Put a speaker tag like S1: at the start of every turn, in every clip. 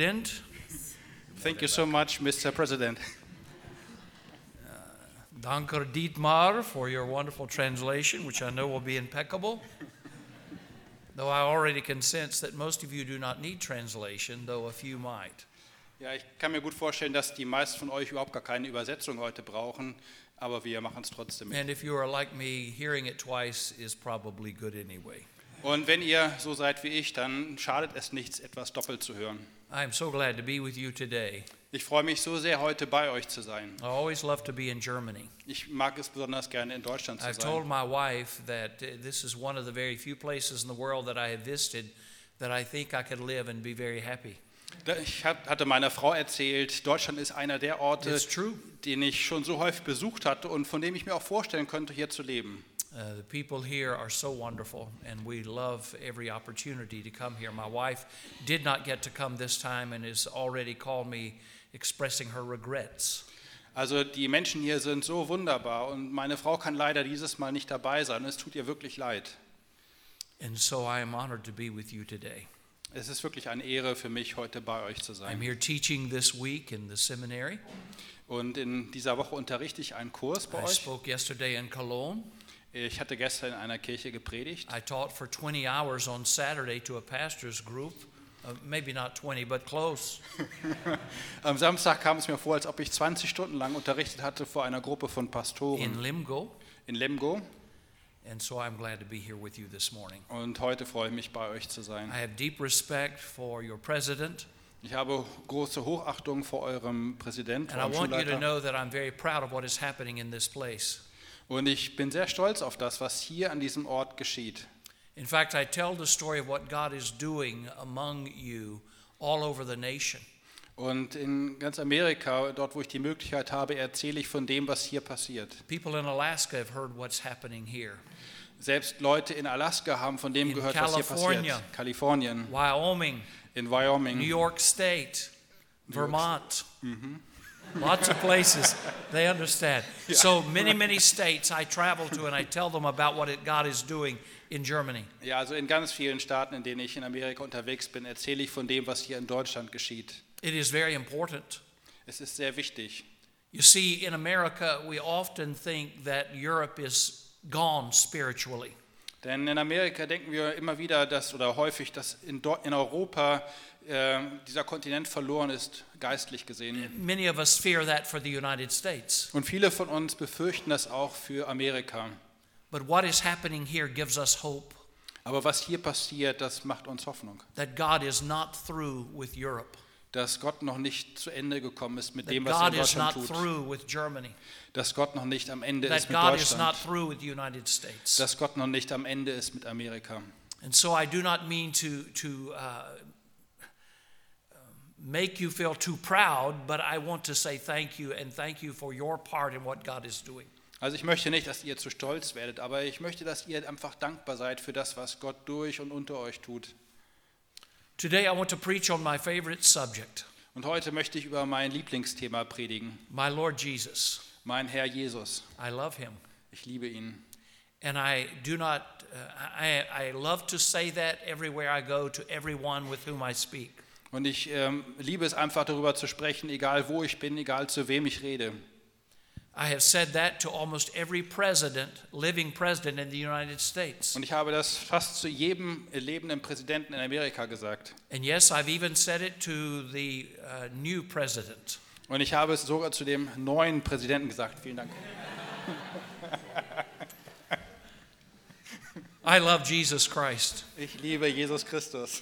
S1: Präsident,
S2: Thank you so much, Mr. President.
S1: danke Dietmar for your wonderful translation, which I know will be impeccable. Though I already can sense that most of you do not need translation, though a few might.
S2: Ja, ich kann mir gut vorstellen, dass die meisten von euch überhaupt gar keine Übersetzung heute brauchen, aber wir machen es trotzdem mit.
S1: And if you are like me, hearing it twice is probably good anyway.
S2: Und wenn ihr so seid wie ich, dann schadet es nichts, etwas doppelt zu hören.
S1: I am so glad to be with you today.
S2: Ich freue mich so sehr, heute bei euch zu sein.
S1: I always love to be in Germany.
S2: Ich mag es besonders gerne, in Deutschland zu
S1: I've told
S2: sein.
S1: my wife that uh, this is one of the very few places in the world that I have visited that I think I could live and be very happy.
S2: Da- Ich hab- hatte meiner Frau erzählt, Deutschland ist einer der Orte,
S1: It's true.
S2: den ich schon so häufig besucht hatte und von dem ich mir auch vorstellen könnte, hier zu leben.
S1: Uh, the people here are so wonderful, and we love every opportunity to come here. My wife did not get to come this time and has already called me expressing her regrets.
S2: Also die Menschen hier sind so wunderbar und meine Frau kann leider dieses Mal nicht dabei sein. Es tut ihr wirklich leid.
S1: And so I am honored to be with you today.
S2: Es ist wirklich eine Ehre für mich, heute bei euch zu
S1: I'm
S2: sein.
S1: here teaching this week in the seminary.
S2: Und in dieser Woche unterrichte ich einen Kurs bei
S1: I
S2: euch.
S1: spoke yesterday in Cologne.
S2: Ich hatte gestern in einer Kirche gepredigt.
S1: I taught for 20 hours on Saturday to a pastor's group. Uh, maybe not 20, but close.
S2: Am Samstag kam es mir vor, als ob ich 20 Stunden lang unterrichtet hatte vor einer Gruppe von
S1: in
S2: Pastoren
S1: Limgo.
S2: in Lemgo.
S1: And so I'm glad to be here with you this morning.
S2: Und heute freue ich mich, bei euch zu sein.
S1: I have deep respect for your president.
S2: Ich habe große Hochachtung vor eurem Präsidenten,
S1: And I
S2: vor
S1: want
S2: eurem
S1: you to know
S2: Schulleiter.
S1: that I'm very proud of what is happening in this place.
S2: Und ich bin sehr stolz auf das, was hier an diesem Ort geschieht.
S1: In fact, I tell the story of what God is doing among you all over the nation.
S2: Und in ganz Amerika, dort wo ich die Möglichkeit habe, erzähle ich von dem, was hier passiert.
S1: People in Alaska have heard what's happening here.
S2: Selbst Leute in Alaska haben von dem
S1: In
S2: gehört, was hier
S1: California.
S2: passiert. Kalifornien,
S1: Wyoming,
S2: in
S1: New
S2: Wyoming,
S1: York State, Mm-hmm. Vermont. Lots of places. They understand. So many, many states I travel to and I tell them about what it, God is doing in Germany.
S2: ja, also in ganz vielen Staaten, in denen ich in Amerika unterwegs bin, erzähle ich von dem, was hier in Deutschland geschieht.
S1: It is very important.
S2: Es ist sehr wichtig.
S1: You see, in America, we often think that Europe is gone spiritually.
S2: Denn in Amerika denken wir immer wieder, dass oder häufig, dass in, Deu- in Europa äh, dieser Kontinent verloren ist, geistlich gesehen.
S1: Many of us fear that for the United States.
S2: Und viele von uns befürchten das auch für Amerika.
S1: But what is happening here gives us hope
S2: Aber was hier passiert, das macht uns Hoffnung,
S1: that God is not through with Europe,
S2: dass Gott noch nicht zu Ende gekommen ist mit
S1: that
S2: dem, was er
S1: God
S2: in
S1: is not
S2: Deutschland tut,
S1: through with Germany,
S2: dass Gott noch nicht am Ende
S1: that
S2: ist mit
S1: God is not
S2: Deutschland,
S1: through with the United States.
S2: dass Gott noch nicht am Ende ist mit Amerika.
S1: And so I do not mean to, to uh, make you feel too proud, but I want to say thank you and thank you for your part in what God is doing.
S2: Also ich möchte nicht, dass ihr zu stolz werdet, aber ich möchte, dass ihr einfach dankbar seid für das, was Gott durch und unter euch tut.
S1: Today, I want to preach on my favorite subject,
S2: Und heute möchte ich über mein Lieblingsthema predigen,
S1: my Lord Jesus.
S2: mein Herr Jesus.
S1: I love him.
S2: Ich liebe ihn.
S1: And I do not, uh, I, I love to say that everywhere I go to everyone with whom I speak.
S2: Und ich ähm, liebe es einfach darüber zu sprechen, egal wo ich bin, egal zu wem ich rede.
S1: I have said that to almost every president, living president in the United States.
S2: Und ich habe das fast zu jedem lebenden Präsidenten in Amerika gesagt.
S1: And yes, I've even said it to the uh, new president.
S2: Und ich habe es sogar zu dem neuen Präsidenten gesagt. Vielen Dank.
S1: I love Jesus Christ.
S2: Ich liebe Jesus Christus.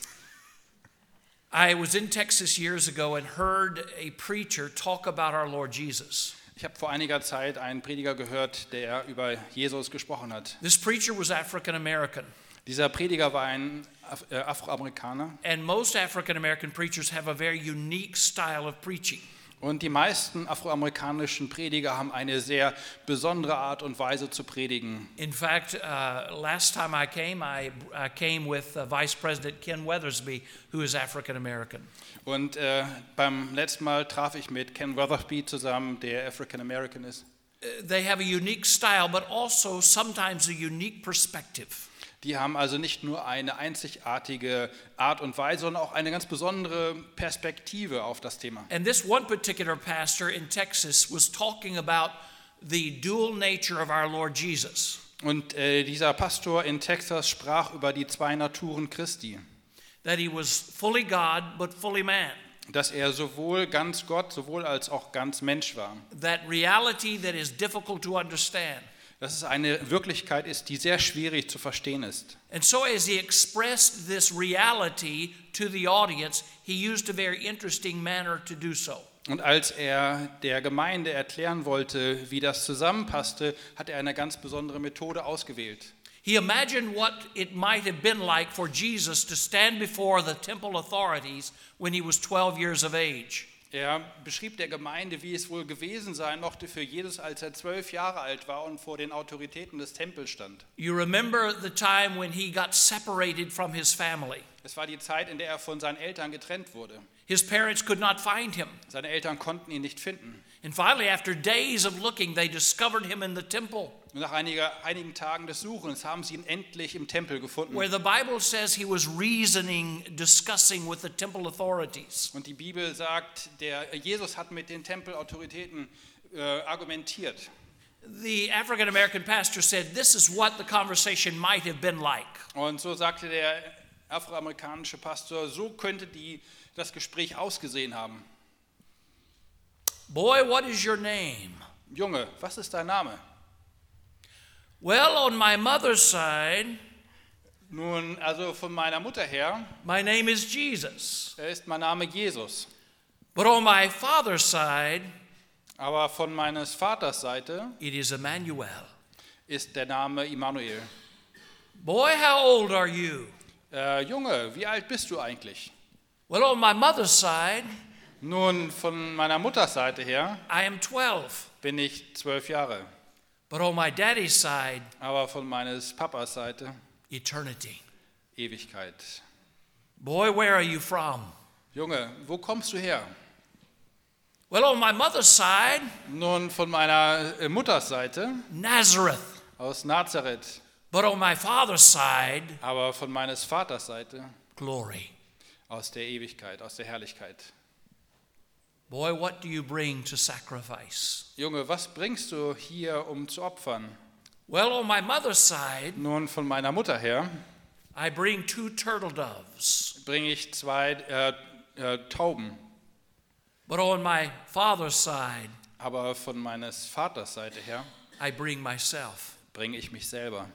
S1: I was in Texas years ago and heard a preacher talk about our Lord Jesus.
S2: Ich habe vor einiger Zeit einen Prediger gehört, der über Jesus gesprochen hat.
S1: This preacher was African American.
S2: Dieser Prediger war ein Af äh, Afroamerikaner.
S1: And most African American preachers have a very unique style of preaching.
S2: Und die meisten afroamerikanischen Prediger haben eine sehr besondere Art und Weise zu predigen.
S1: In fact, uh, last time I came, I, I came with uh, Vice President Ken Weathersby, who is African American.
S2: Und äh, beim letzten Mal traf ich mit Ken Weatherby zusammen, der African American ist.
S1: Uh, They have a unique style, but also sometimes a unique perspective.
S2: Die haben also nicht nur eine einzigartige Art und Weise, sondern auch eine ganz besondere Perspektive auf das Thema.
S1: And this one particular pastor in Texas was talking about the dual nature of our Lord Jesus.
S2: Und äh, dieser Pastor in Texas sprach über die zwei Naturen Christi,
S1: that he was fully God but fully man.
S2: dass er sowohl ganz Gott, sowohl als auch ganz Mensch war.
S1: That reality that is difficult to understand.
S2: Dass es eine Wirklichkeit ist, die sehr schwierig zu verstehen ist.
S1: And so, as he expressed this reality to the audience, he used a very interesting manner to do so.
S2: Und als er der Gemeinde erklären wollte, wie das zusammenpasste, hat er eine ganz besondere Methode ausgewählt.
S1: He imagined what it might have been like for Jesus to stand before the temple authorities when he was 12 years of age.
S2: Er beschrieb der Gemeinde, wie es wohl gewesen sein mochte für Jesus, als er zwölf Jahre alt war und vor den Autoritäten des Tempels stand.
S1: You remember the time when he got separated from his family.
S2: Es war die Zeit, in der er von seinen Eltern getrennt wurde.
S1: His parents could not find him.
S2: Seine Eltern konnten ihn nicht finden.
S1: And finally, after days of looking, they discovered him in the temple,
S2: Und nach einiger, einigen Tagen des Suchens haben sie ihn endlich im Tempel gefunden.
S1: where the Bible says he was reasoning, discussing with the temple authorities.
S2: Und die Bibel sagt, der Jesus hat mit den Tempelautoritäten äh, argumentiert.
S1: The African American pastor said, This is what the conversation might have been like.
S2: Und so sagte der afroamerikanische Pastor, so könnte die das Gespräch ausgesehen haben.
S1: Boy, what is your name?
S2: Junge, was ist dein Name?
S1: Well, on my mother's side,
S2: Nun, also von meiner Mutter her
S1: my name is Jesus.
S2: äh, ist mein Name Jesus.
S1: But on my father's side,
S2: Aber von meines Vaters Seite
S1: it is Emmanuel.
S2: ist der Name Immanuel.
S1: Boy, how old are you?
S2: Äh, Junge, wie alt bist du eigentlich?
S1: Well, on my mother's side,
S2: Nun, von meiner Mutters Seite her
S1: I am 12.
S2: bin ich zwölf Jahre.
S1: But on my daddy's side,
S2: Aber von meines Papas Seite
S1: eternity.
S2: Ewigkeit.
S1: Boy, where are you from?
S2: Junge, wo kommst du her?
S1: Well, on my mother's side,
S2: Nun, von meiner äh, Mutters Seite
S1: Nazareth.
S2: aus Nazareth,
S1: But on my father's side,
S2: aber von meines Vaters Seite
S1: glory.
S2: aus der Ewigkeit, aus der Herrlichkeit.
S1: Boy, what do you bring to sacrifice?
S2: Junge, was bringst du hier, um zu opfern?
S1: Well, on my mother's side,
S2: Nun, von meiner Mutter her
S1: I bring two turtle doves.
S2: bringe ich zwei äh, äh, Tauben,
S1: But on my father's side,
S2: aber von meines Vaters Seite her
S1: I bring myself.
S2: bringe ich mich selber.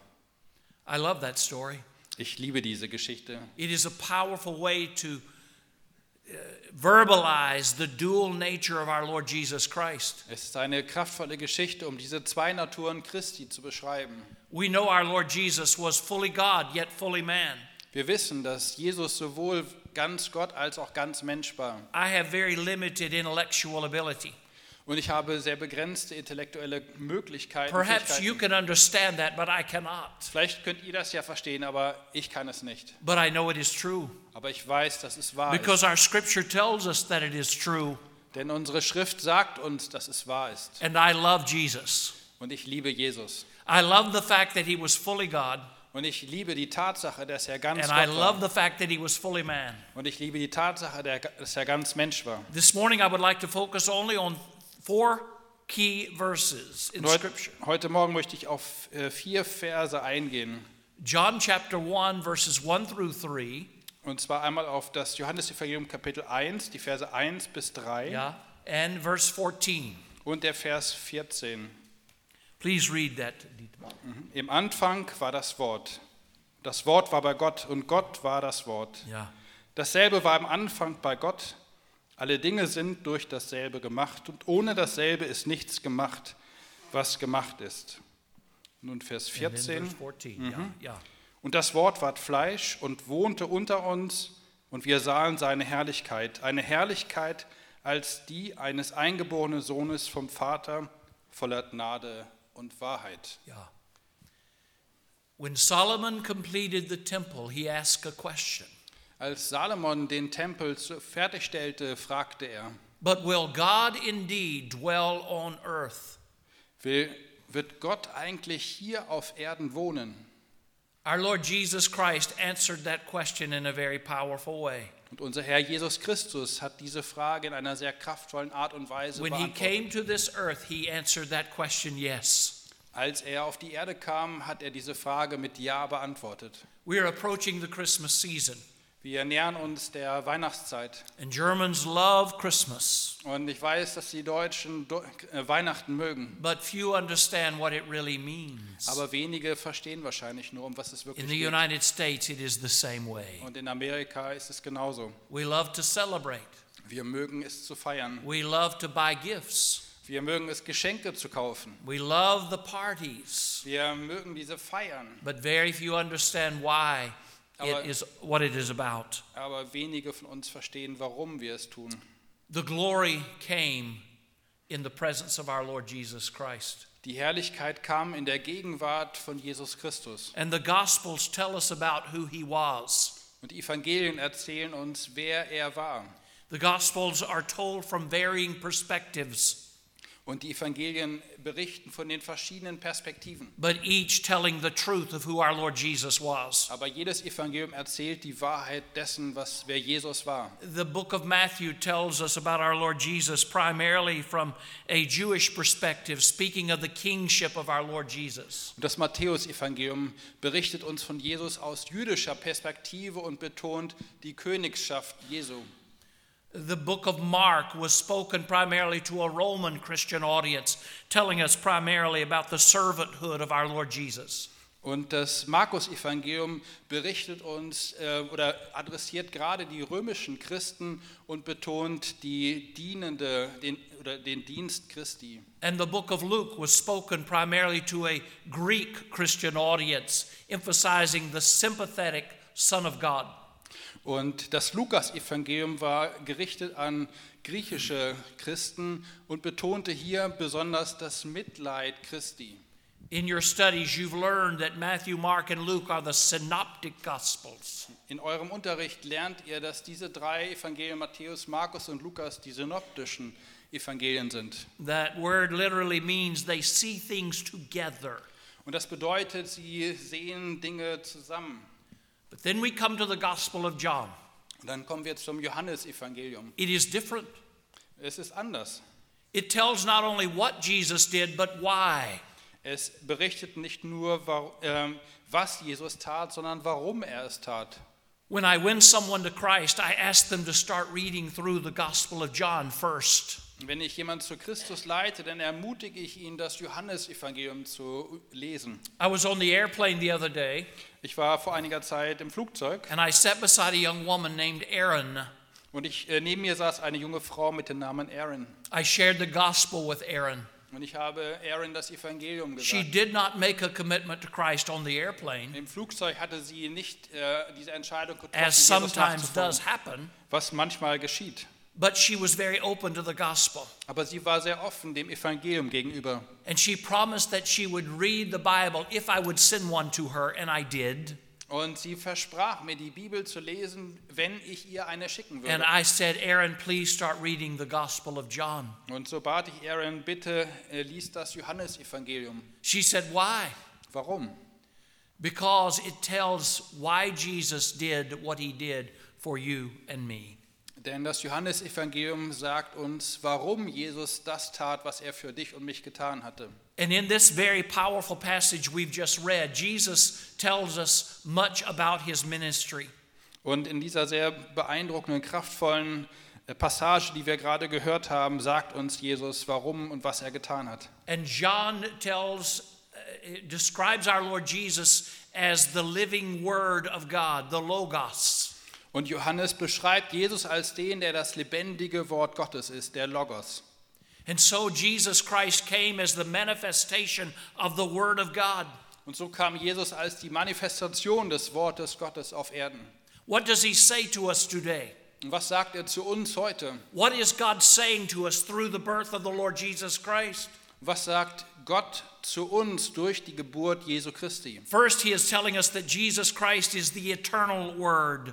S1: I love that story.
S2: Ich liebe diese Geschichte.
S1: It is a powerful way to uh, verbalize the dual nature of our Lord Jesus Christ.
S2: Es ist eine kraftvolle Geschichte, um diese zwei Naturen Christi zu beschreiben.
S1: We know our Lord Jesus was fully God, yet fully man.
S2: Wir wissen, dass Jesus sowohl ganz Gott als auch ganz Mensch war.
S1: I have very limited intellectual ability.
S2: Und ich habe sehr begrenzte intellektuelle Möglichkeiten.
S1: Perhaps you
S2: Fähigkeiten.
S1: can understand that, but I cannot.
S2: Vielleicht könnt ihr das ja verstehen, aber ich kann es nicht.
S1: But I know it is true
S2: Aber ich weiß, dass es wahr ist.
S1: because our scripture tells us that it is true.
S2: Denn unsere Schrift sagt uns, dass es wahr ist.
S1: And I love Jesus.
S2: Und ich liebe Jesus.
S1: I love the fact that he was fully God,
S2: Und ich liebe die Tatsache, dass er ganz
S1: and I
S2: Gott
S1: love
S2: war.
S1: the fact that he was fully man.
S2: Und ich liebe die Tatsache, der- dass er ganz Mensch war.
S1: This morning I would like to focus only on four key verses in
S2: Und heute,
S1: scripture.
S2: heute Morgen möchte ich auf äh, vier Verse eingehen.
S1: John chapter 1 verses 1 through 3,
S2: Und zwar einmal auf das Johannesevangelium Kapitel 1, die Verse 1 bis 3
S1: yeah, and verse 14.
S2: und der Vers 14.
S1: Please read that.
S2: Im Anfang war das Wort. Das Wort war bei Gott und Gott war das Wort.
S1: Yeah.
S2: Dasselbe war im Anfang bei Gott. Alle Dinge sind durch dasselbe gemacht und ohne dasselbe ist nichts gemacht, was gemacht ist. Nun Vers
S1: And then
S2: 14.
S1: verse 14. Yeah, yeah.
S2: Und das Wort ward Fleisch und wohnte unter uns, und wir sahen seine Herrlichkeit, eine Herrlichkeit als die eines eingeborenen Sohnes vom Vater, voller Gnade und Wahrheit.
S1: Yeah. When Solomon completed the temple, he asked a question.
S2: Als Salomon den Tempel zu- fertigstellte, fragte er,
S1: But will God indeed dwell on earth?
S2: will, wird Gott eigentlich hier auf Erden wohnen?
S1: Our Lord Jesus Christ answered that question in a very powerful way.
S2: Und unser Herr Jesus Christus hat diese Frage in einer sehr kraftvollen Art und Weise
S1: When he
S2: beantwortet.
S1: came to this earth, he answered that question yes.
S2: Als er auf die Erde kam, hat er diese Frage mit Ja beantwortet.
S1: We are approaching the Christmas season,
S2: Wir nähern uns der Weihnachtszeit.
S1: and Germans love Christmas,
S2: Und ich weiß, dass die Deutschen Do- äh, Weihnachten mögen.
S1: but few understand what it really means.
S2: Aber wenige verstehen wahrscheinlich nur, um was es wirklich
S1: In the
S2: geht.
S1: United States, it is the same way.
S2: Und in Amerika ist es genauso.
S1: We love to celebrate,
S2: Wir mögen es zu feiern.
S1: we love to buy gifts,
S2: Wir mögen es, Geschenke zu kaufen.
S1: we love the parties,
S2: Wir mögen diese Feiern.
S1: but very few understand why
S2: Aber-
S1: it is what it is about.
S2: Aber wenige von uns verstehen, warum wir es tun.
S1: The glory came in the presence of our Lord Jesus Christ.
S2: Die Herrlichkeit kam in der Gegenwart von Jesus Christus.
S1: And the Gospels tell us about who he was.
S2: Und die Evangelien erzählen uns, wer er war.
S1: The Gospels are told from varying perspectives,
S2: Und die Evangelien berichten von den verschiedenen Perspektiven.
S1: but each telling the truth of who our Lord Jesus was.
S2: Aber jedes Evangelium erzählt die Wahrheit dessen, was wer Jesus war.
S1: The book of Matthew tells us about our Lord Jesus primarily from a Jewish perspective, speaking of the kingship of our Lord Jesus.
S2: Und das Matthäusevangelium berichtet uns von Jesus aus jüdischer Perspektive und betont die Königschaft Jesu.
S1: The book of Mark was spoken primarily to a Roman Christian audience, telling us primarily about the servanthood of our Lord Jesus.
S2: Und das Markus-Evangelium berichtet uns äh, oder adressiert gerade die römischen Christen und betont die dienende den, oder den Dienst Christi.
S1: And the book of Luke was spoken primarily to a Greek Christian audience, emphasizing the sympathetic Son of God.
S2: Und das Lukas-Evangelium war gerichtet an griechische Christen und betonte hier besonders das Mitleid Christi.
S1: In your studies, you've learned that Matthew, Mark, and Luke are the synoptic gospels.
S2: In eurem Unterricht lernt ihr, dass diese drei Evangelien Matthäus, Markus und Lukas die synoptischen Evangelien sind.
S1: That word literally means they see things together.
S2: Und das bedeutet, sie sehen Dinge zusammen.
S1: But then we come to the Gospel of John.
S2: Und dann kommen wir zum Johannesevangelium.
S1: It is different.
S2: Es ist anders.
S1: It tells not only what Jesus did, but why.
S2: Es berichtet nicht nur, wa- ähm, was Jesus tat, sondern warum er es tat.
S1: When I win someone to Christ, I ask them to start reading through the Gospel of John first.
S2: Wenn ich jemanden zu Christus leite, dann ermutige ich ihn, das Johannesevangelium zu lesen.
S1: I was on the airplane the other day,
S2: Ich war vor einiger Zeit im Flugzeug
S1: and I sat beside a young woman named Erin.
S2: und ich, äh, neben mir saß eine junge Frau mit dem Namen Aaron.
S1: I shared the gospel with Erin.
S2: Und ich habe Aaron das Evangelium
S1: She
S2: gesagt.
S1: did not make a commitment to Christ on the airplane,
S2: Im Flugzeug hatte sie nicht äh, diese Entscheidung getroffen,
S1: as
S2: Jesus
S1: sometimes does
S2: nachzufolgen,
S1: happen,
S2: was manchmal geschieht.
S1: but she was very open to the gospel.
S2: Aber sie war sehr offen dem Evangelium gegenüber.
S1: And she promised that she would read the Bible if I would send one to her, and I did.
S2: Und sie versprach mir, die Bibel zu lesen, wenn ich ihr eine schicken
S1: And
S2: würde.
S1: I said, Aaron, please start reading the Gospel of John.
S2: Und so bat ich Aaron, bitte äh, lies das Johannesevangelium.
S1: She said, Why?
S2: Warum?
S1: Because it tells why Jesus did what he did for you and me.
S2: Denn das Johannesevangelium sagt uns, warum Jesus das tat, was er für dich und mich getan hatte.
S1: And in this very powerful passage we've just read, Jesus tells us much about his ministry.
S2: Und in dieser sehr beeindruckenden, kraftvollen äh, Passage, die wir gerade gehört haben, sagt uns Jesus, warum und was er getan hat.
S1: And John tells, uh, describes our Lord Jesus as the living Word of God, the Logos.
S2: Und Johannes beschreibt Jesus als den, der das lebendige Wort Gottes ist, der Logos.
S1: And so Jesus Christ came as the manifestation of the Word of God.
S2: Und so kam Jesus als die Manifestation des Wortes Gottes auf Erden.
S1: What does he say to us today?
S2: Und was sagt er zu uns heute?
S1: What is God saying to us through the birth of the Lord Jesus Christ?
S2: Was sagt Gott zu uns durch die Geburt Jesu Christi?
S1: First, he is telling us that Jesus Christ is the eternal Word.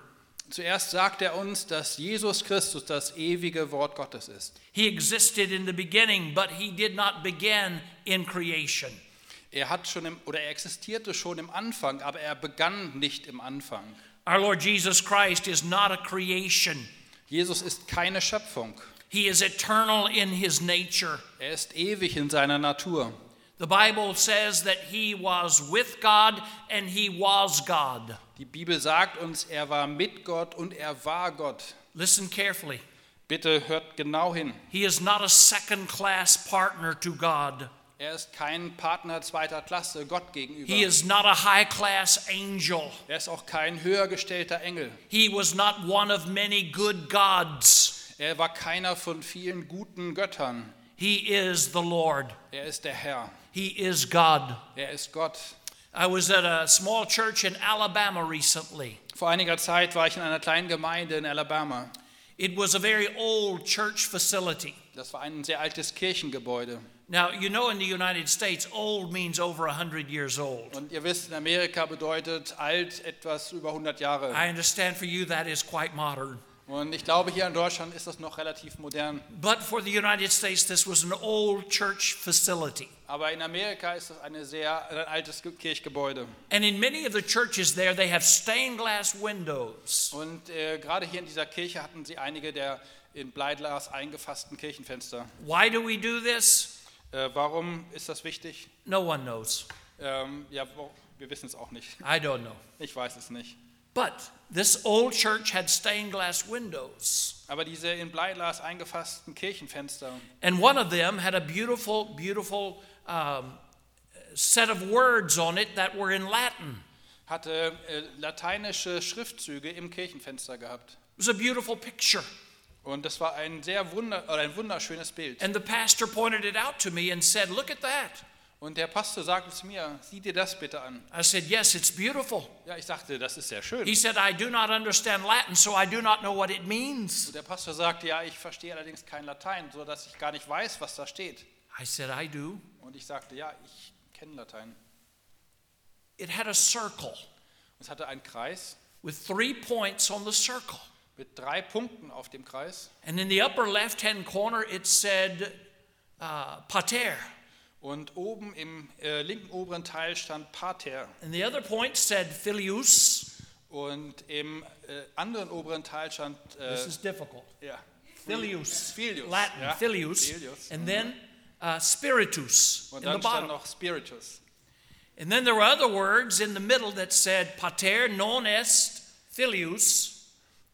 S2: Zuerst sagt er uns, dass Jesus Christus das ewige Wort Gottes ist.
S1: He existed in the beginning, but he did not begin in creation.
S2: Er hat schon im, oder er existierte schon im Anfang, aber er begann nicht im Anfang.
S1: Our Lord Jesus Christ is not a creation,
S2: Jesus ist keine Schöpfung.
S1: He is eternal in His nature.
S2: Er ist ewig in seiner Natur.
S1: The Bible says that He was with God and He was God.
S2: Die Bibel sagt uns, er war mit Gott und er war Gott.
S1: Listen carefully.
S2: Bitte hört genau hin.
S1: He is not a second class partner to God.
S2: Er ist kein Partner zweiter Klasse Gott gegenüber.
S1: He is not a high class angel.
S2: er ist auch kein höhergestellter Engel.
S1: He was not one of many good gods.
S2: Er war keiner von vielen guten Göttern.
S1: He is the Lord.
S2: Er ist der Herr.
S1: He is God.
S2: Er ist Gott.
S1: I was at a small church in Alabama recently.
S2: Vor einiger Zeit war ich in einer kleinen Gemeinde in Alabama.
S1: It was a very old church facility.
S2: Das war ein sehr altes Kirchengebäude.
S1: Now, you know in the United States, old means over 100 years old.
S2: Und ihr wisst, in Amerika bedeutet alt etwas über 100 Jahre.
S1: I understand for you that is quite modern.
S2: Und ich glaube, hier in Deutschland ist das noch relativ modern.
S1: But for the United States, this was an old church facility.
S2: Aber in Amerika ist das eine sehr, ein altes Kirchgebäude.
S1: And in many of the churches there, they have stained glass windows.
S2: Und äh, gerade hier in dieser Kirche hatten sie einige der in Bleiglas eingefassten Kirchenfenster.
S1: Why do we do this?
S2: Äh, warum ist das wichtig?
S1: No one knows.
S2: Ähm, ja, wo- wir wissen es auch nicht.
S1: I don't know.
S2: Ich weiß es nicht.
S1: But this old church had stained glass windows.
S2: Aber diese in Bleiglas eingefassten Kirchenfenster,
S1: And one of them had a beautiful, beautiful um, set of words on it that were in Latin.
S2: hatte äh, lateinische Schriftzüge im Kirchenfenster gehabt.
S1: It was a beautiful picture.
S2: Und das war ein sehr wunder oder ein wunderschönes Bild.
S1: And the pastor pointed it out to me and said, Look at that.
S2: Und der Pastor sagte zu mir, sieh dir das bitte an.
S1: I said, Yes, it's beautiful.
S2: Ja, ich sagte, das ist sehr schön.
S1: He said, I do not understand Latin, so I do not know what it means.
S2: Und der Pastor sagte, ja, ich verstehe allerdings kein Latein, sodass ich gar nicht weiß, was da steht.
S1: I said, I do.
S2: Und ich sagte, ja, ich kenne Latein.
S1: It had a circle
S2: Es hatte einen Kreis
S1: with three points on the circle.
S2: mit drei Punkten auf dem Kreis.
S1: And in the upper left hand corner, it said, uh, Pater.
S2: Und oben im äh, linken oberen Teil stand Pater.
S1: And the other point said, Filius.
S2: Und im äh, anderen oberen Teil stand
S1: This
S2: äh,
S1: is difficult.
S2: ja,
S1: Filius.
S2: Filius,
S1: Latin,
S2: yeah.
S1: Filius.
S2: Filius.
S1: And then uh, Spiritus
S2: Und
S1: in the
S2: dann stand
S1: bottom.
S2: noch Spiritus.
S1: And then there were other words in the middle that said, Pater non est Filius,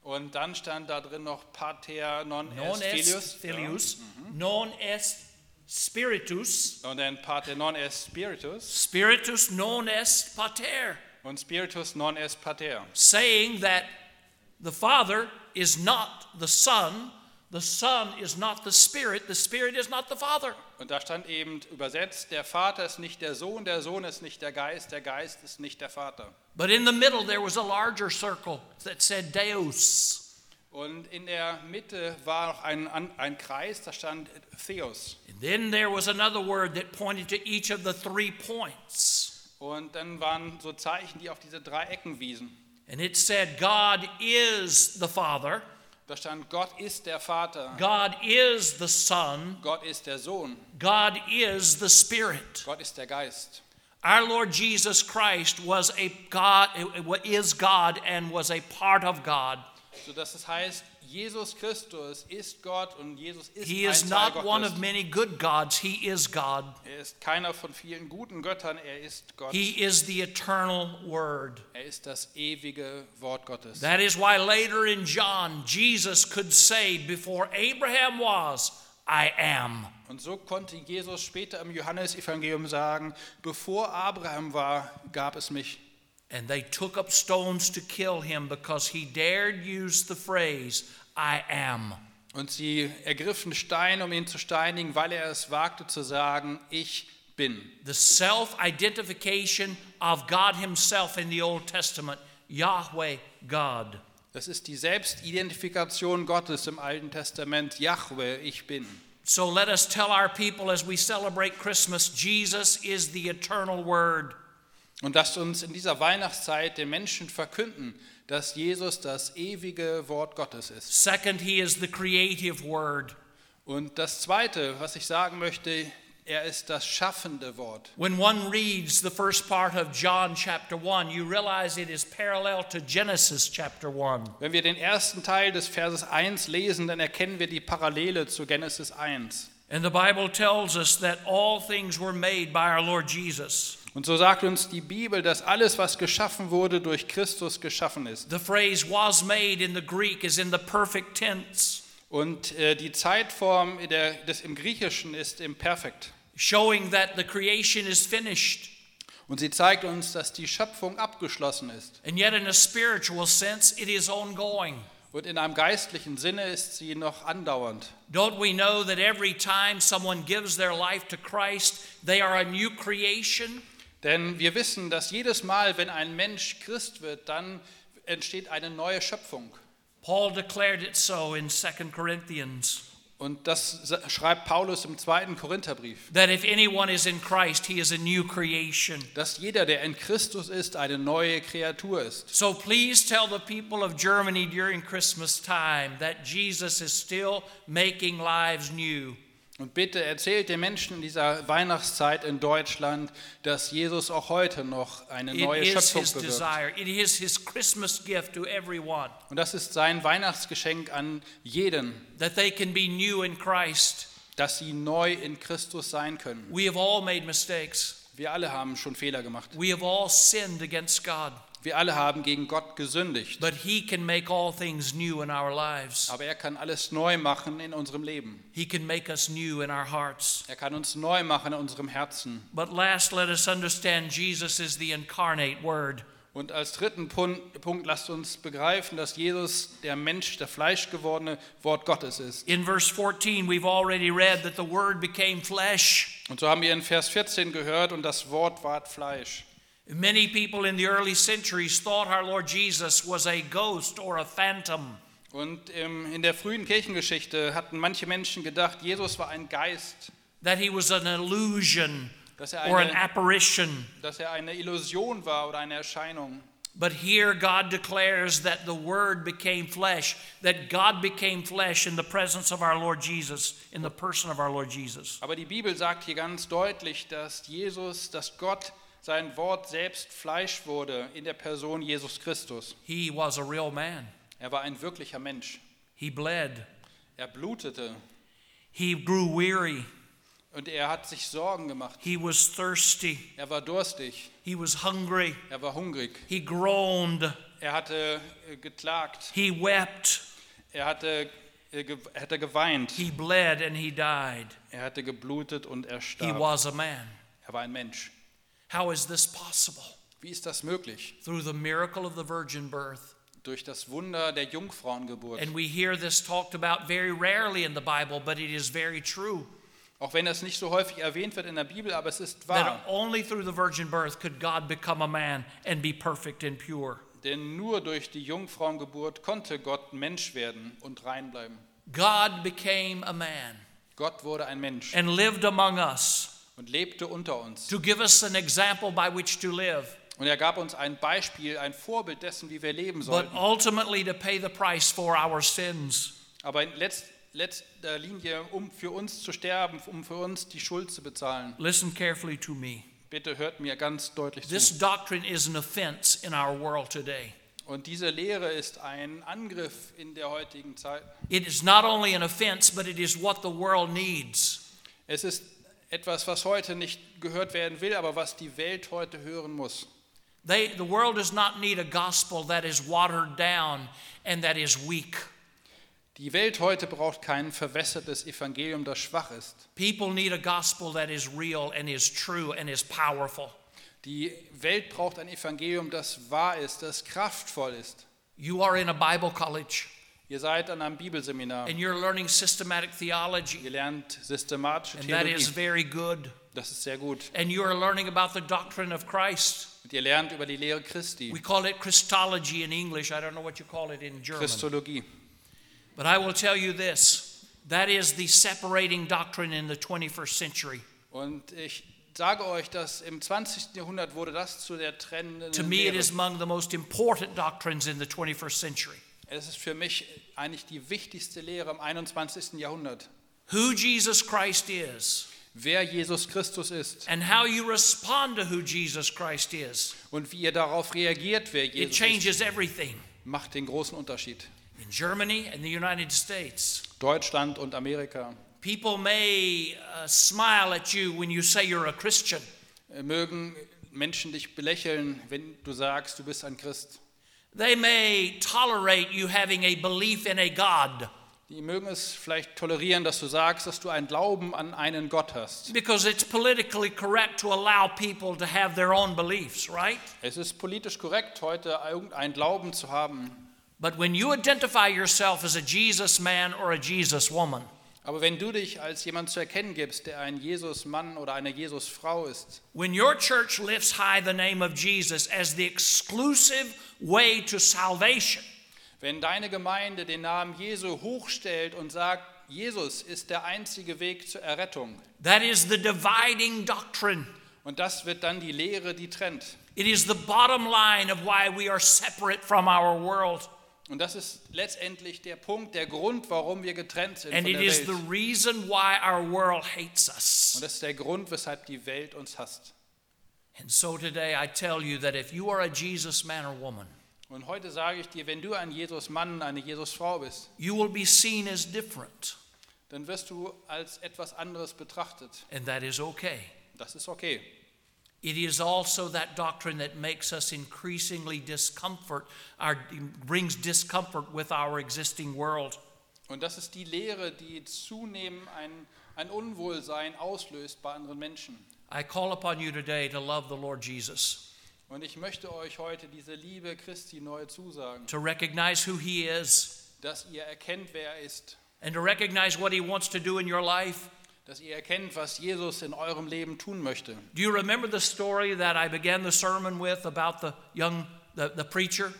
S2: Und dann stand da drin noch Pater non,
S1: non
S2: est
S1: est
S2: Filius. Mm-hmm.
S1: Filius, non est Spiritus,
S2: Ja. Und dann Pater non est Spiritus.
S1: Spiritus non est Pater,
S2: Und Spiritus non est Pater.
S1: saying that the Father is not the Son, the Son is not the Spirit, the Spirit is not the Father.
S2: Und da stand eben übersetzt, der Vater ist nicht der Sohn, der Sohn ist nicht der Geist, der Geist ist nicht der Vater.
S1: But in the middle, there was a larger circle that said Deus.
S2: Und in der Mitte war noch ein, an- ein Kreis, da stand Theos.
S1: And then there was another word that pointed to each of the three points.
S2: Und dann waren so Zeichen, die auf diese drei Ecken wiesen.
S1: And it said, God is the Father,
S2: Da stand, Gott ist der Vater,
S1: God is the Son,
S2: Gott ist der Sohn,
S1: God is the Spirit.
S2: Gott ist der Geist.
S1: Our Lord Jesus Christ was a God, is God and was a part of God.
S2: Sodass es heißt, Jesus Christus ist Gott und Jesus ist
S1: He
S2: ein
S1: is
S2: Teil
S1: not one
S2: Gottes.
S1: of many good gods, He is God.
S2: Er ist keiner von vielen guten Göttern, er ist Gott.
S1: He is the eternal Word.
S2: Er ist das ewige Wort Gottes.
S1: That is why later in John, Jesus could say, Before Abraham was, I am.
S2: Und so konnte Jesus später im Johannesevangelium sagen, bevor Abraham war, gab es mich.
S1: And they took up stones to kill him because he dared use the phrase, I am.
S2: Und sie ergriffen Stein, um ihn zu steinigen, weil er es wagte zu sagen, ich bin.
S1: The self identification of God Himself in the Old Testament, Yahweh God.
S2: Das ist die Selbstidentifikation Gottes im Alten Testament, Jahwe, ich bin.
S1: So let us tell our people as we celebrate Christmas Jesus is the eternal Word.
S2: Und lasst uns in dieser Weihnachtszeit den Menschen verkünden, dass Jesus das ewige Wort Gottes ist.
S1: Second, He is the creative Word.
S2: Und das Zweite, was ich sagen möchte, Er ist das schaffende Wort.
S1: When one reads the first part of John chapter 1, you realize it is parallel to Genesis chapter 1.
S2: Wenn wir den ersten Teil des Verses 1 lesen, dann erkennen wir die Parallele zu Genesis 1.
S1: And the Bible tells us that all things were made by our Lord Jesus.
S2: Und so sagt uns die Bibel, dass alles, was geschaffen wurde, durch Christus geschaffen ist.
S1: The phrase was made in the Greek is in the perfect tense,
S2: Und äh, die Zeitform in der, des, im Griechischen ist im Perfekt.
S1: showing that the creation is finished.
S2: Und sie zeigt uns, dass die Schöpfung abgeschlossen ist.
S1: And yet, in a spiritual sense, it is ongoing.
S2: Und in einem geistlichen Sinne ist sie noch andauernd.
S1: Don't we know that every time someone gives their life to Christ, they are a new creation?
S2: Denn wir wissen, dass jedes Mal, wenn ein Mensch Christ wird, dann entsteht eine neue Schöpfung.
S1: Paul declared it so in 2 Corinthians
S2: Und das sa- schreibt Paulus im zweiten Korintherbrief,
S1: that if anyone is in Christ, he is a new creation.
S2: dass jeder, der in Christus ist, eine neue Kreatur ist.
S1: So please tell the people of Germany during Christmas time that Jesus is still making lives new.
S2: Und bitte erzählt den Menschen in dieser Weihnachtszeit in Deutschland, dass Jesus auch heute noch eine neue
S1: It is
S2: Schöpfung
S1: his
S2: bewirkt.
S1: desire. It is his Christmas gift to everyone
S2: Und das ist sein Weihnachtsgeschenk an jeden,
S1: that they can be new in Christ.
S2: dass sie neu in Christus sein können.
S1: We have all made mistakes.
S2: Wir alle haben schon Fehler gemacht.
S1: We have all sinned against God,
S2: Wir alle haben gegen Gott gesündigt.
S1: but he can make all things new in our lives.
S2: Aber er kann alles neu machen in unserem Leben.
S1: He can make us new in our hearts.
S2: Er kann uns neu machen in unserem Herzen.
S1: But last, let us understand Jesus is the incarnate word.
S2: Und als dritten Pun- Punkt lasst uns begreifen, dass Jesus der Mensch, der fleischgewordene Wort Gottes ist.
S1: In verse 14, we've already read that the word became flesh.
S2: Und so haben wir in Vers 14 gehört, und das Wort ward Fleisch.
S1: Many people in the early centuries thought our Lord Jesus was a ghost or a phantom.
S2: Und ähm, in der frühen Kirchengeschichte hatten manche Menschen gedacht, Jesus war ein Geist,
S1: that he was an illusion
S2: dass er
S1: or an
S2: eine,
S1: apparition.
S2: dass er eine Illusion war oder eine Erscheinung.
S1: But here God declares that the Word became flesh, that God became flesh in the presence of our Lord Jesus, in the person of our Lord Jesus.
S2: Aber die Bibel sagt hier ganz deutlich, dass Jesus, dass Gott sein Wort selbst Fleisch wurde in der Person Jesus Christus.
S1: He was a real man.
S2: Er war ein wirklicher Mensch.
S1: He bled.
S2: Er blutete
S1: He grew weary.
S2: und er hat sich Sorgen gemacht.
S1: He was thirsty.
S2: Er war durstig,
S1: He was hungry.
S2: er war hungrig,
S1: He groaned.
S2: er hatte äh, geklagt,
S1: He wept.
S2: er hatte, äh, ge er hatte geweint.
S1: He bled and he died.
S2: Er hatte geblutet und er
S1: He
S2: starb.
S1: was a man.
S2: Er war ein Mensch.
S1: How is this possible?
S2: Wie ist das möglich?
S1: Through the miracle of the virgin birth.
S2: Durch das Wunder der Jungfrauengeburt.
S1: And we hear this talked about very rarely in the Bible, but it is very true
S2: Auch wenn das nicht so häufig erwähnt wird in der Bibel, aber es ist
S1: that
S2: wahr.
S1: only through the virgin birth could God become a man and be perfect and pure.
S2: Denn nur durch die Jungfrauengeburt konnte Gott Mensch werden und rein bleiben.
S1: God became a man
S2: Gott wurde ein Mensch
S1: and lived among us
S2: und lebte unter uns.
S1: to give us an example by which to live,
S2: Und er gab uns ein Beispiel, ein Vorbild dessen, wie wir leben
S1: but
S2: sollten.
S1: ultimately to pay the price for our sins.
S2: Aber in letz- letzter Linie, um für uns zu sterben, um für uns die Schuld zu bezahlen.
S1: Listen carefully to me.
S2: Bitte hört mir ganz deutlich zu.
S1: This doctrine is an offense in our world today.
S2: Und diese Lehre ist ein Angriff in der heutigen Zeit.
S1: It is not only an offense, but it is what the world needs.
S2: Es ist etwas, was heute nicht gehört werden will, aber was die Welt heute hören muss.
S1: They, the world does not need a gospel that is watered down and that is weak.
S2: Die Welt heute braucht kein verwässertes Evangelium, das schwach ist.
S1: People need a gospel that is real and is true and is powerful.
S2: Die Welt braucht ein Evangelium, das wahr ist, das kraftvoll ist.
S1: You are in a Bible college
S2: Ihr seid an einem Bibelseminar.
S1: and you're learning systematic theology,
S2: Ihr lernt systematische
S1: and that is
S2: Theologie.
S1: very good.
S2: Das ist sehr gut.
S1: And you are learning about the doctrine of Christ.
S2: Und ihr lernt über die Lehre
S1: We
S2: Christi,
S1: call it Christology in English. I don't know what you call it in German.
S2: Christologie.
S1: But I will tell you this that is the separating doctrine in the 21st century.
S2: Und ich sage euch, dass im 20. Jahrhundert wurde das zu der trennenden
S1: To me, it
S2: Lehre.
S1: is among the most important doctrines in the 21st century.
S2: Es ist für mich eigentlich die wichtigste Lehre im 21. Jahrhundert.
S1: who Jesus Christ is,
S2: wer Jesus Christus ist
S1: and how you respond to who Jesus Christ is.
S2: und wie ihr darauf reagiert, wer
S1: It
S2: Jesus ist,
S1: changes everything
S2: macht den großen Unterschied.
S1: in Germany and the United States.
S2: Deutschland und Amerika
S1: People may uh, smile at you when you say you're a Christian,
S2: äh, mögen Menschen dich belächeln, wenn du sagst, du bist ein Christ.
S1: they may tolerate you having a belief in a God
S2: Die mögen es vielleicht tolerieren, dass du sagst, dass du einen Glauben an einen Gott hast.
S1: because it's politically correct to allow people to have their own beliefs, right?
S2: Es ist politisch korrekt, heute irgendeinen Glauben zu haben.
S1: But when you identify yourself as a Jesus man or a Jesus woman,
S2: Aber wenn du dich als jemand zu erkennen gibst, der ein Jesus-Mann oder eine Jesus-Frau ist,
S1: When your church lifts high the name of Jesus as the exclusive way to salvation,
S2: wenn deine Gemeinde den Namen Jesu hochstellt und sagt, Jesus ist der einzige Weg zur Errettung,
S1: that is the dividing doctrine.
S2: und das wird dann die Lehre, die trennt.
S1: It is the bottom line of why we are separate from our world.
S2: Und das ist letztendlich der Punkt, der Grund, warum wir getrennt sind
S1: And
S2: von
S1: it
S2: der
S1: is
S2: Welt.
S1: the reason why our world hates
S2: Und
S1: us.
S2: das ist der Grund, weshalb die Welt uns hasst.
S1: And so today I tell you that if you are a Jesus man or woman,
S2: Und heute sage ich dir, wenn du ein Jesus-Mann, eine Jesus-Frau bist,
S1: you will be seen as different.
S2: dann wirst du als etwas anderes betrachtet.
S1: And that is okay.
S2: Das ist okay.
S1: It is also that doctrine that makes us increasingly discomfort, our, brings discomfort with our existing world.
S2: Und das ist die Lehre, die zunehmend ein, ein Unwohlsein auslöst bei anderen Menschen.
S1: I call upon you today to love the Lord Jesus,
S2: Und ich möchte euch heute diese Liebe Christi neu zusagen,
S1: to recognize who He is,
S2: dass ihr erkennt, wer er ist,
S1: and to recognize what He wants to do in your life.
S2: dass ihr erkennt, was Jesus in eurem Leben tun möchte.
S1: Do you remember the story that I began the sermon with about the young, the, the preacher?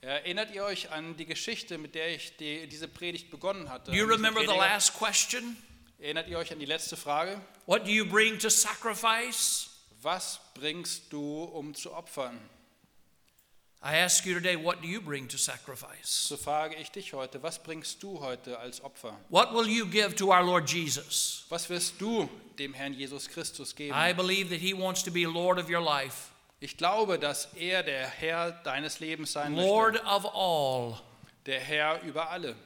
S2: Erinnert ihr euch an die Geschichte, mit der ich die, diese Predigt begonnen hatte?
S1: Do you
S2: an diesen
S1: remember the
S2: Prediger?
S1: last question?
S2: Erinnert ihr euch an die letzte Frage?
S1: What do you bring to sacrifice?
S2: Was bringst du, um zu opfern?
S1: I ask you today, what do you bring to sacrifice?
S2: So frage ich dich heute, was bringst du heute als Opfer?
S1: What will you give to our Lord Jesus?
S2: Was wirst du dem Herrn Jesus Christus geben?
S1: I believe that He wants to be Lord of your life,
S2: Ich glaube, dass er der Herr deines Lebens sein
S1: Lord
S2: möchte,
S1: of all.
S2: der Herr über alle.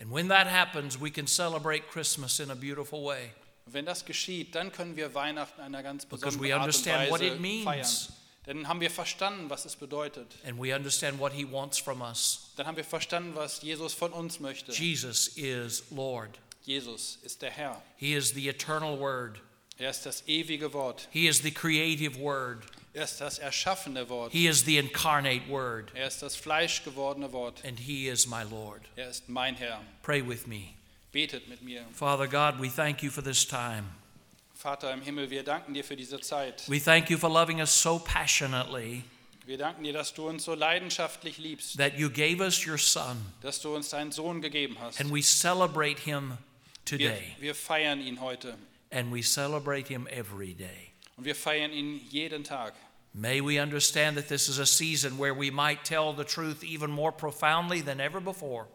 S1: And when that happens, we can celebrate Christmas in a beautiful way
S2: Und wenn das geschieht, dann können wir Weihnachten einer ganz
S1: Because
S2: besonderen
S1: we
S2: Art und
S1: understand
S2: Weise
S1: what it means.
S2: feiern. Dann haben wir verstanden, was es bedeutet.
S1: and we understand what He wants from us.
S2: Dann haben wir verstanden, was Jesus von uns möchte.
S1: Jesus is Lord,
S2: Jesus ist der Herr.
S1: He is the eternal Word,
S2: Er ist das ewige Wort.
S1: He is the creative Word,
S2: Er ist das erschaffene Wort.
S1: He is the incarnate Word,
S2: Er ist das fleischgewordene Wort.
S1: and He is my Lord.
S2: Er ist mein Herr.
S1: Pray with me.
S2: Betet mit mir.
S1: Father God, we thank you for this time.
S2: Vater im Himmel, wir danken dir für diese Zeit.
S1: We thank you for loving us so passionately
S2: Wir danken dir, dass du uns so leidenschaftlich liebst,
S1: that you gave us your Son,
S2: dass du uns deinen Sohn gegeben hast.
S1: and we celebrate Him
S2: Wir,
S1: today.
S2: wir feiern ihn heute
S1: and we celebrate him every day.
S2: und wir feiern ihn jeden Tag.
S1: May we understand that this is a season where we might tell the truth even more profoundly than ever before.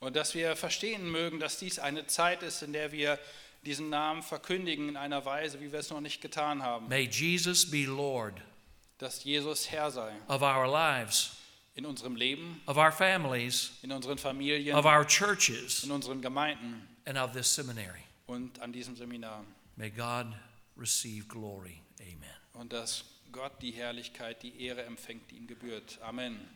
S2: Und dass wir verstehen mögen, dass dies eine Zeit ist, in der wir diesen Namen verkündigen in einer Weise, wie wir es noch nicht getan haben.
S1: May Jesus be Lord
S2: Dass Jesus Herr sei
S1: of our lives,
S2: in unserem Leben,
S1: of our families,
S2: in unseren Familien,
S1: of our churches,
S2: in unseren Gemeinden
S1: and of this seminary.
S2: und an diesem Seminar.
S1: May God receive glory. Amen.
S2: Und dass Gott die Herrlichkeit, die Ehre empfängt, die ihm gebührt. Amen.